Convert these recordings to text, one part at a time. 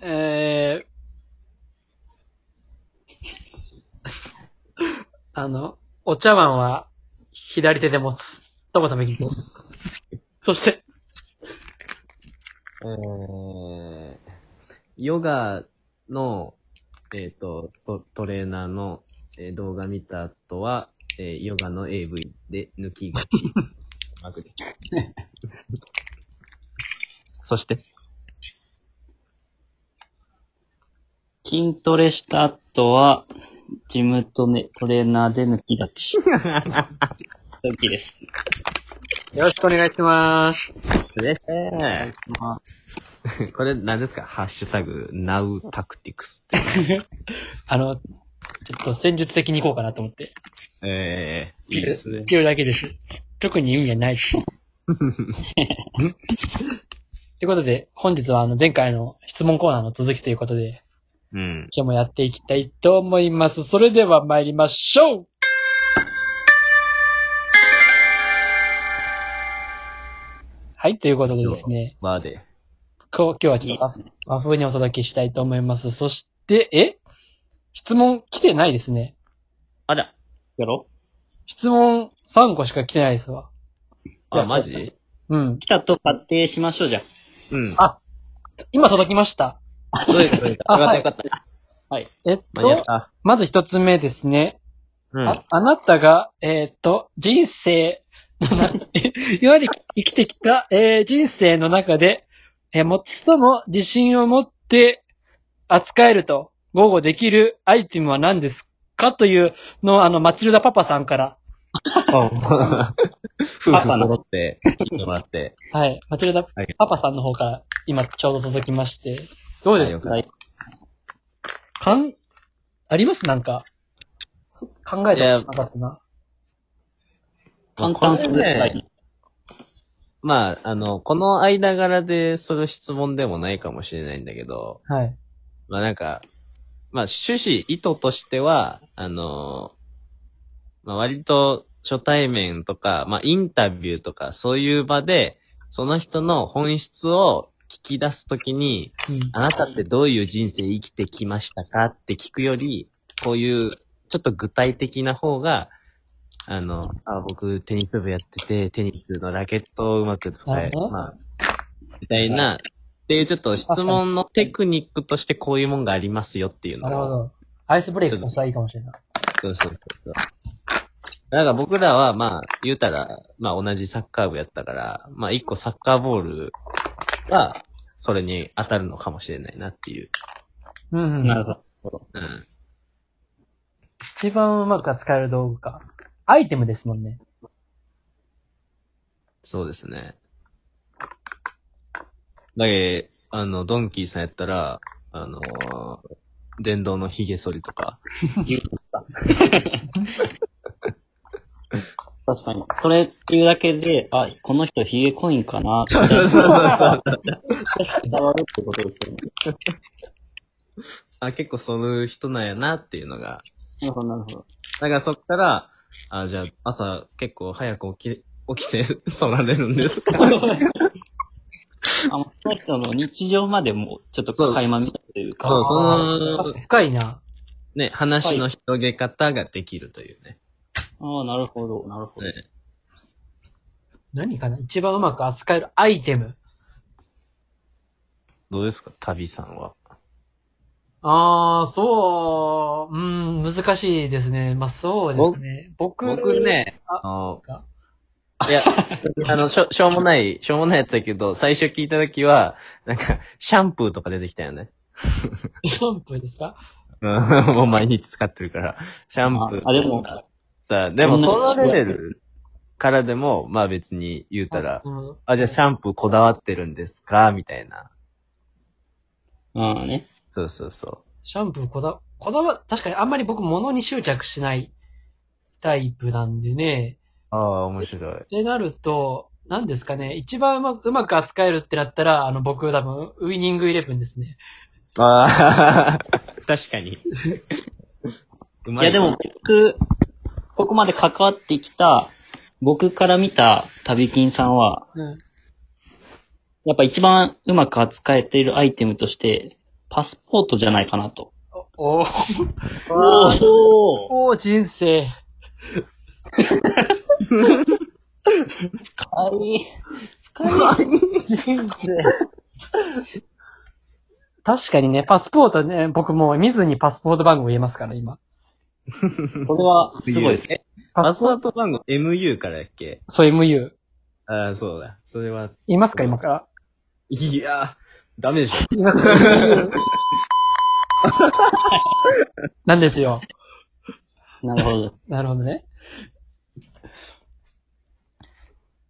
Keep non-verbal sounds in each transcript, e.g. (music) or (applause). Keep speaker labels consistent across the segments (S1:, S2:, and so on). S1: えー、 (laughs) あの、お茶碗は左手で持つ。トマト右手です。そして、
S2: えー、ヨガの、えっ、と、スト、トレーナーの、えー動画見た後は、えーヨガの AV で抜き (laughs) がち。マグで。 (laughs) そして、
S3: 筋トレした後は、ジムとね、トレーナーで抜きがち。
S2: (laughs)
S3: ドキです。
S1: よろしくお願いします。
S2: ね
S3: はいま
S2: これ何ですかハッシュタグ、Now Tactics。
S1: あの、ちょっと戦術的に行こうかなと思って。
S2: えー、いいですね。
S1: 勢いだけです。特に意味はない (laughs) し。ということで、本日はあの前回の質問コーナーの続きということで、
S2: うん。
S1: 今日もやっていきたいと思います。それでは参りましょうはい、ということでですね、
S2: バーで。
S1: こう今日はちょっと和和風にお届けしたいと思います。そして、え質問来てないですね。
S2: あら。
S3: やろ
S1: 質問3個しか来てないですわ。
S2: あ、マジ
S1: うん。
S3: 来たと仮定しましょうじゃん。
S2: うん。
S1: あ今届きました。
S2: どれかどれ
S1: あ
S2: か。よかったよかった。
S3: はい。
S1: えっ
S2: 間に合っ
S1: と、
S2: た。
S1: まず一つ目ですね。
S2: う
S1: ああなたが、えーっと、人生のな、
S2: (laughs)
S1: 今まで生きてきた、えー人生の中で、えー最も自信を持って扱えると、豪語できるアイテムは何ですかというのを、あの、マチルダパパさんから、
S2: (laughs) 夫婦揃って、聞いてもらって。
S1: はい、マチルダ
S2: はい
S1: パパさんの方から、今ちょうど届きまして、どうです
S2: よか
S3: はい。
S1: かん、ありますなんか、そ考えたことなかったな。
S3: 簡単そうで
S2: ま
S3: す
S2: あこれねまあ、あの、この間柄でする質問でもないかもしれないんだけど、
S1: はい。
S2: まあなんか、まあ趣旨、意図としては、あの、まあ割と初対面とか、まあインタビューとか、そういう場で、その人の本質を聞き出すときに、
S1: うん
S2: あなたってどういう人生生きてきましたかって聞くより、こういう、ちょっと具体的な方が、あの、あ、僕、テニス部やってて、テニスのラケットをうまく使
S1: なる
S2: え、
S1: ほど
S2: まあ、みたいな、っていうちょっと質問のテクニックとしてこういうもんがありますよっていうの
S1: なるほ
S2: を。
S1: ど。アイスブレイクとしたらいいかもしれない。
S2: そうそうそうそう。だから僕らは、まあ、言うたら、まあ同じサッカー部やったから、まあ一個サッカーボールは、それに当たるのかもしれないなっていう。
S1: うん、うん。
S3: なるほど。
S2: うん。
S1: 一番うまく扱える道具か。アイテムですもんね。
S2: そうですね。だけど、あの、ドンキーさんやったら、あのー電動の髭剃りとか。
S3: 確かに。それっていうだけで、あ、この人ヒゲコインかなって伝
S2: そうそうそう。
S3: わるってことですよね。
S2: あ、結構そういう人なんやなっていうのが。
S3: なるほど、なるほど。
S2: だからそっから、あ、じゃあ朝結構早く起き、起きて (laughs) 剃られるん
S3: (laughs)
S2: ですか
S3: あ、もうその人の日常までもうちょっと垣間見たというか。
S2: そう、その、
S1: 確かに深いな。
S2: ね、話の広げ方ができるというね。
S3: ああ、なるほど、なるほど。
S2: ね
S1: 何かな一番うまく扱えるアイテム。
S2: どうですか旅さんは。
S1: あー、そう、うん、難しいですね。まあ、そうですね。僕
S2: 僕ね、
S1: あ
S2: あの、
S1: か
S2: (laughs) いや、あの、しょ、しょうもない、しょうもないやつだけど、最初聞いたときは、なんか、シャンプーとか出てきたよね。
S1: シャンプーですか
S2: うん、 (laughs) もう毎日使ってるから。シャンプー。
S3: ああでも
S2: さあ、でもそ
S3: 同
S2: の
S3: じ
S2: レベルからでも、まあ別に言うたら、
S1: なるほど
S2: あ、じゃあシャンプーこだわってるんですかみたいな。
S3: ああね。
S2: そうそうそ
S1: シャンプーこだ、こだわ、確かにあんまり僕物に執着しないタイプなんでね。
S2: う。ああ、面白い。
S1: ってなると、何ですかね、一番うまくうまく扱えるってなったら、あの、僕多分、ウイニングイレブンですね。
S2: ああ、 (laughs) 確かに。う
S3: いやでも、僕、ここまで関わってきた、僕から見た旅金さんは、
S1: うん。
S3: やっぱ一番うまく扱えているアイテムとして、パスポートじゃないかなと。
S1: お、お
S3: おーおー
S1: お人生。
S3: 深い。
S1: 人生。確かにね、パスポートね、僕もう見ずにパスポート番号言えますから、今。
S3: これは、すごいですね。
S2: ね。パスワード番号 MU からやっけ
S1: そう、MU。
S2: ああ、そうだ。それは、
S1: 言いますか、今から。
S2: いやー、ダメでしょ。
S1: 言いますかなんですよ。
S3: なるほど。
S1: なるほどね。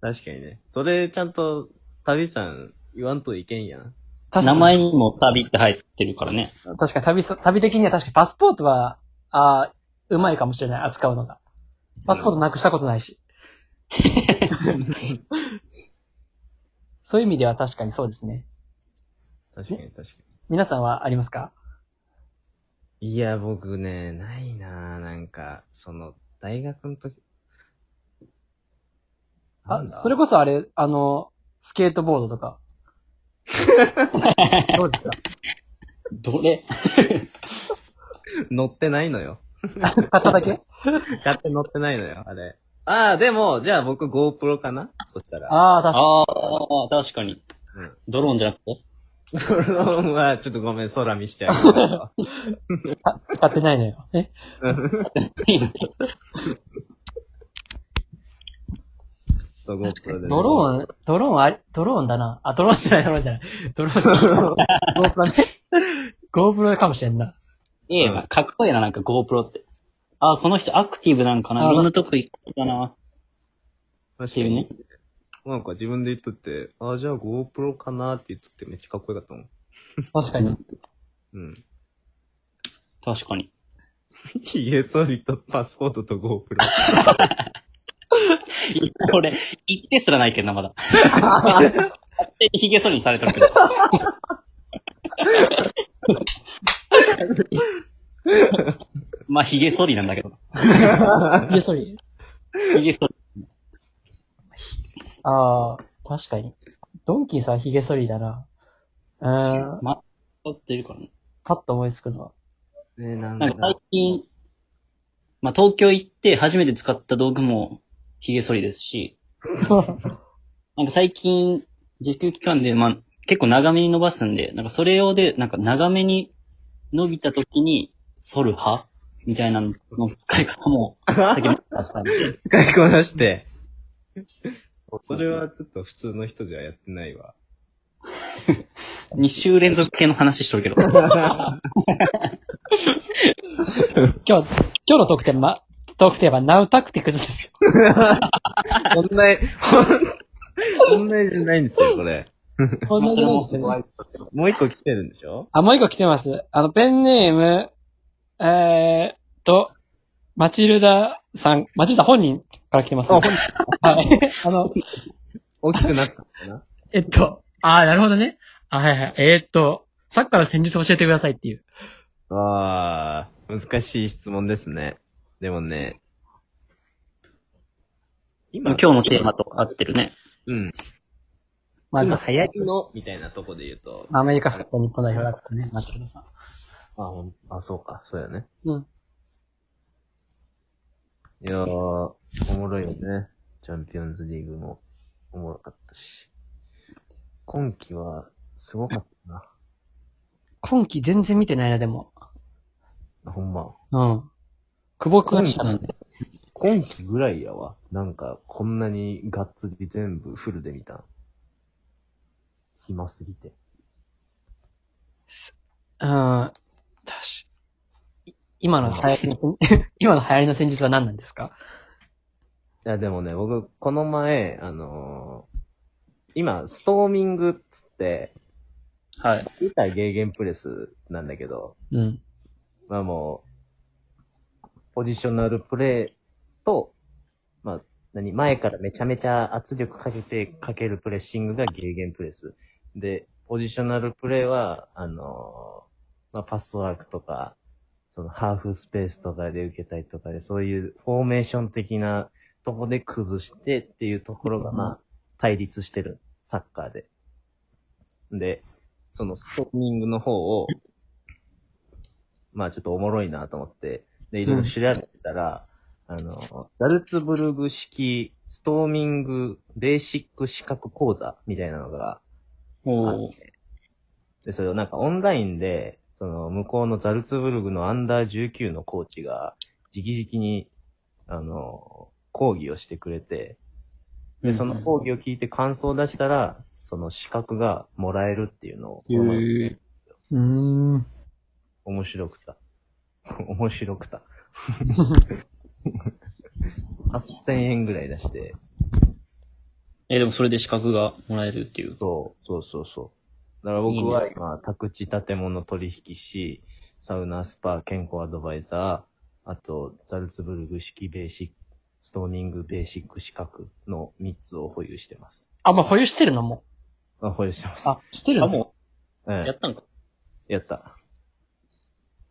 S2: 確かにね。それちゃんと、旅さん言わんといけんやん。
S1: 確か
S3: 名
S1: に、
S3: 前にも旅って入ってるからね。
S1: 確かに旅さ、旅的には確かにパスポートは、ああ、うまいかもしれない、扱うのが。パスポートなくしたことない
S2: (laughs)
S1: し。そういう意味では確かにそうですね。
S2: 確かに確か
S1: 皆さんはありますか
S2: に。いや、僕ね、ないなーなんか、その、大学の時。な
S1: あ、
S2: んだ
S1: それこそあれ、あの、スケートボードと
S2: (laughs)
S1: か。どうですか
S3: どれ
S2: 乗ってないのよ。
S1: 買っただけ
S2: 買って乗ってないのよ、あれ。ああ、でも、じゃあ僕 GoPro かなそしたら。
S1: ああ、確か
S3: ああ、確かに。
S2: うん
S3: ドローンじゃなくて
S2: ド (laughs) ローンは、ちょっとごめん、空見してあげ
S1: (laughs)
S2: るわ。
S1: に使ってないのよ。え
S2: そう、GoPro で、
S1: ドローン、ドローンあり、ドローンだな。あ、ドローンじゃない、ドローンじゃない。ドロ
S2: (laughs)
S1: ーン。GoPro ね。GoPro かもしれんな。
S3: いえな、かっこいいな、なんか GoPro って。あ、この人アクティブなんか
S1: あ
S3: な。いろんなとこ行くかな。
S2: 確
S3: ていうね。
S2: なんか自分で言っとって、ああ、じゃあ GoPro かなって言っとってめっちゃかっこよかったもん。
S1: 確かに。
S2: うん。 (laughs)
S3: 確かに。
S2: 髭剃りとパスポートと GoPro。
S3: 俺、行ってすらないけどな、まだ。勝手に髭剃りにされてるけど。まあ、髭剃りなんだけど。
S1: いや、それ。
S3: 髭剃り。
S1: ああ、確かに。ドンキーさん、ヒゲ剃りだな。うーん、
S3: ま、剃ってるからね。
S1: パッと思いつくのは。
S2: ねえ、なん
S3: な
S2: だ
S3: んか最近、まあ、東京行って初めて使った道具も髭剃りですし、なんか最近、自給期間で、まあ、結構長めに伸ばすんで、なんかそれ用で、なんか長めに伸びた時に剃る派みたいなのの使い方も、さっきも出したんで。
S2: 使いこなして。それはちょっと普通の人じゃやってない (laughs) わ。
S3: 2週連続系の話しとるけど。
S1: 今日、今日のトークテーマ、トークテーマ、ナウタクティクスですよ。
S2: そん (laughs) な、そんなじゃないんですよ、これ。
S1: 同じなんですよね。
S2: もう一個来てるんでしょ
S1: あ、もう一個来てます。あの、ペンネーム、えーっと、マチルダさん、マチルダ本人から来てます、ね。はい。あの、
S2: 大きくな (laughs) ったのかな
S1: えっと、あー、なるほどね。あ、はいはい。えーっと、サッカーの戦術教えてくださいっていう。
S2: ああ、難しい質問ですね。でもね。今
S3: 今日のテーマと合ってるね。
S2: うん。
S1: まあ、
S2: 今流行りの、みたいなとこで言うと。
S1: アメリカサッカー日本代表だったね、マチルダさん。
S2: あ、ほんあ、そうか、そうやね。
S1: うん。
S2: いやー、おもろいよね。チャンピオンズリーグも、おもろかったし。今季は、すごかったな。
S1: 今季全然見てないな、でも。
S2: ほんま。
S1: うん。久保くんしかなんで。
S2: 今季ぐらいやわ。なんか、こんなにがっつり全部フルで見たん。暇すぎて。
S1: うん。確かい今の流行りの戦、 (laughs) 今の流行りの戦術は何なんですか
S2: いや、でもね、僕、この前、あのー今、ストーミングっつって、
S3: はい。
S2: 出たゲーゲンプレスなんだけど、
S1: うん。
S2: まあもう、ポジショナルプレーと、まあ、何、前からめちゃめちゃ圧力かけてかけるプレッシングがゲーゲンプレス。で、ポジショナルプレーは、あのーまあ、パスワークとか、そのハーフスペースとかで受けたりとかで、そういうフォーメーション的なとこで崩してっていうところが、まあ、対立してる、サッカーで。で、そのストッキングの方を、まあちょっとおもろいなと思って、で、いろいろ調べてたら、あの、ザルツブルグ式ストーミングベーシック資格講座みたいなのが
S3: おー
S2: で、それをなんかオンラインで、その向こうのザルツブルグのアンダー19のコーチが、直々に、あの、講義をしてくれて、で、その講義を聞いて感想を出したら、その資格がもらえるっていうのを、この前
S3: へ
S1: うーん。
S2: 面白くた。 (laughs) 面白
S3: (laughs)
S2: くた。8000円ぐらい出して、
S3: え、でもそれで資格がもらえるっていう。
S2: そう、そうそうそう。だから僕は今、宅地建物取引士、サウナスパ健康アドバイザー、あと、ザルツブルグ式ベーシック、ストーミングベーシック資格の3つを保有してます。
S1: あ、もう保有してるのも
S2: あ保有してます。
S1: う。あ、してるの
S3: あ、も
S2: え
S3: う、
S2: え
S3: やったんか。
S2: やった。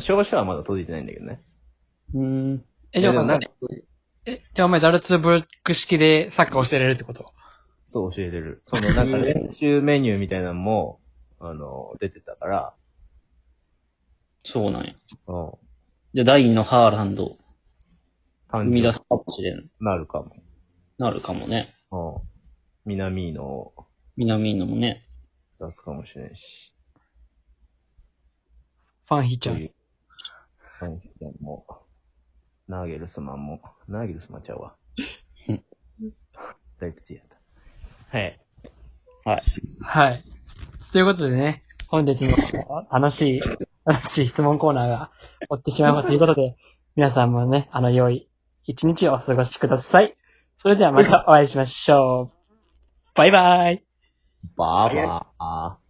S2: 証書はまだ届いてないんだけどね。
S3: うん。
S1: え、じゃあお前
S2: い
S1: ザ
S2: やで
S1: ル、え、じゃあお前ザルツブルク式でサッカー教えられるってこと
S2: そう教えれる。その、なんか練習メニューみたいなのも、あの、出てたから、
S3: そうなんや。
S2: うん、
S3: じゃあ、第二のハーランドを生
S2: 感
S3: み
S2: じ
S3: 出
S2: に
S3: すかもしれん。
S2: なるかも。
S3: なるかもね。
S2: うん。南のを
S3: 南野もね。
S2: 出すかもしれないし。
S1: ファンヒー
S2: と
S1: ちゃ
S2: い
S1: ん。
S2: う。アインシュタインも、ナーゲルスマンも、ナーゲルスマンちゃうわ
S3: うん。
S2: 大口やった。はい。
S1: はい。ということでね、本日の楽しい、楽しい質問コーナーが終わってしまいましたということで、皆さんもね、あの、良い一日をお過ごしください。それではまたお会いしましょう。バイバイ。
S2: バーバー。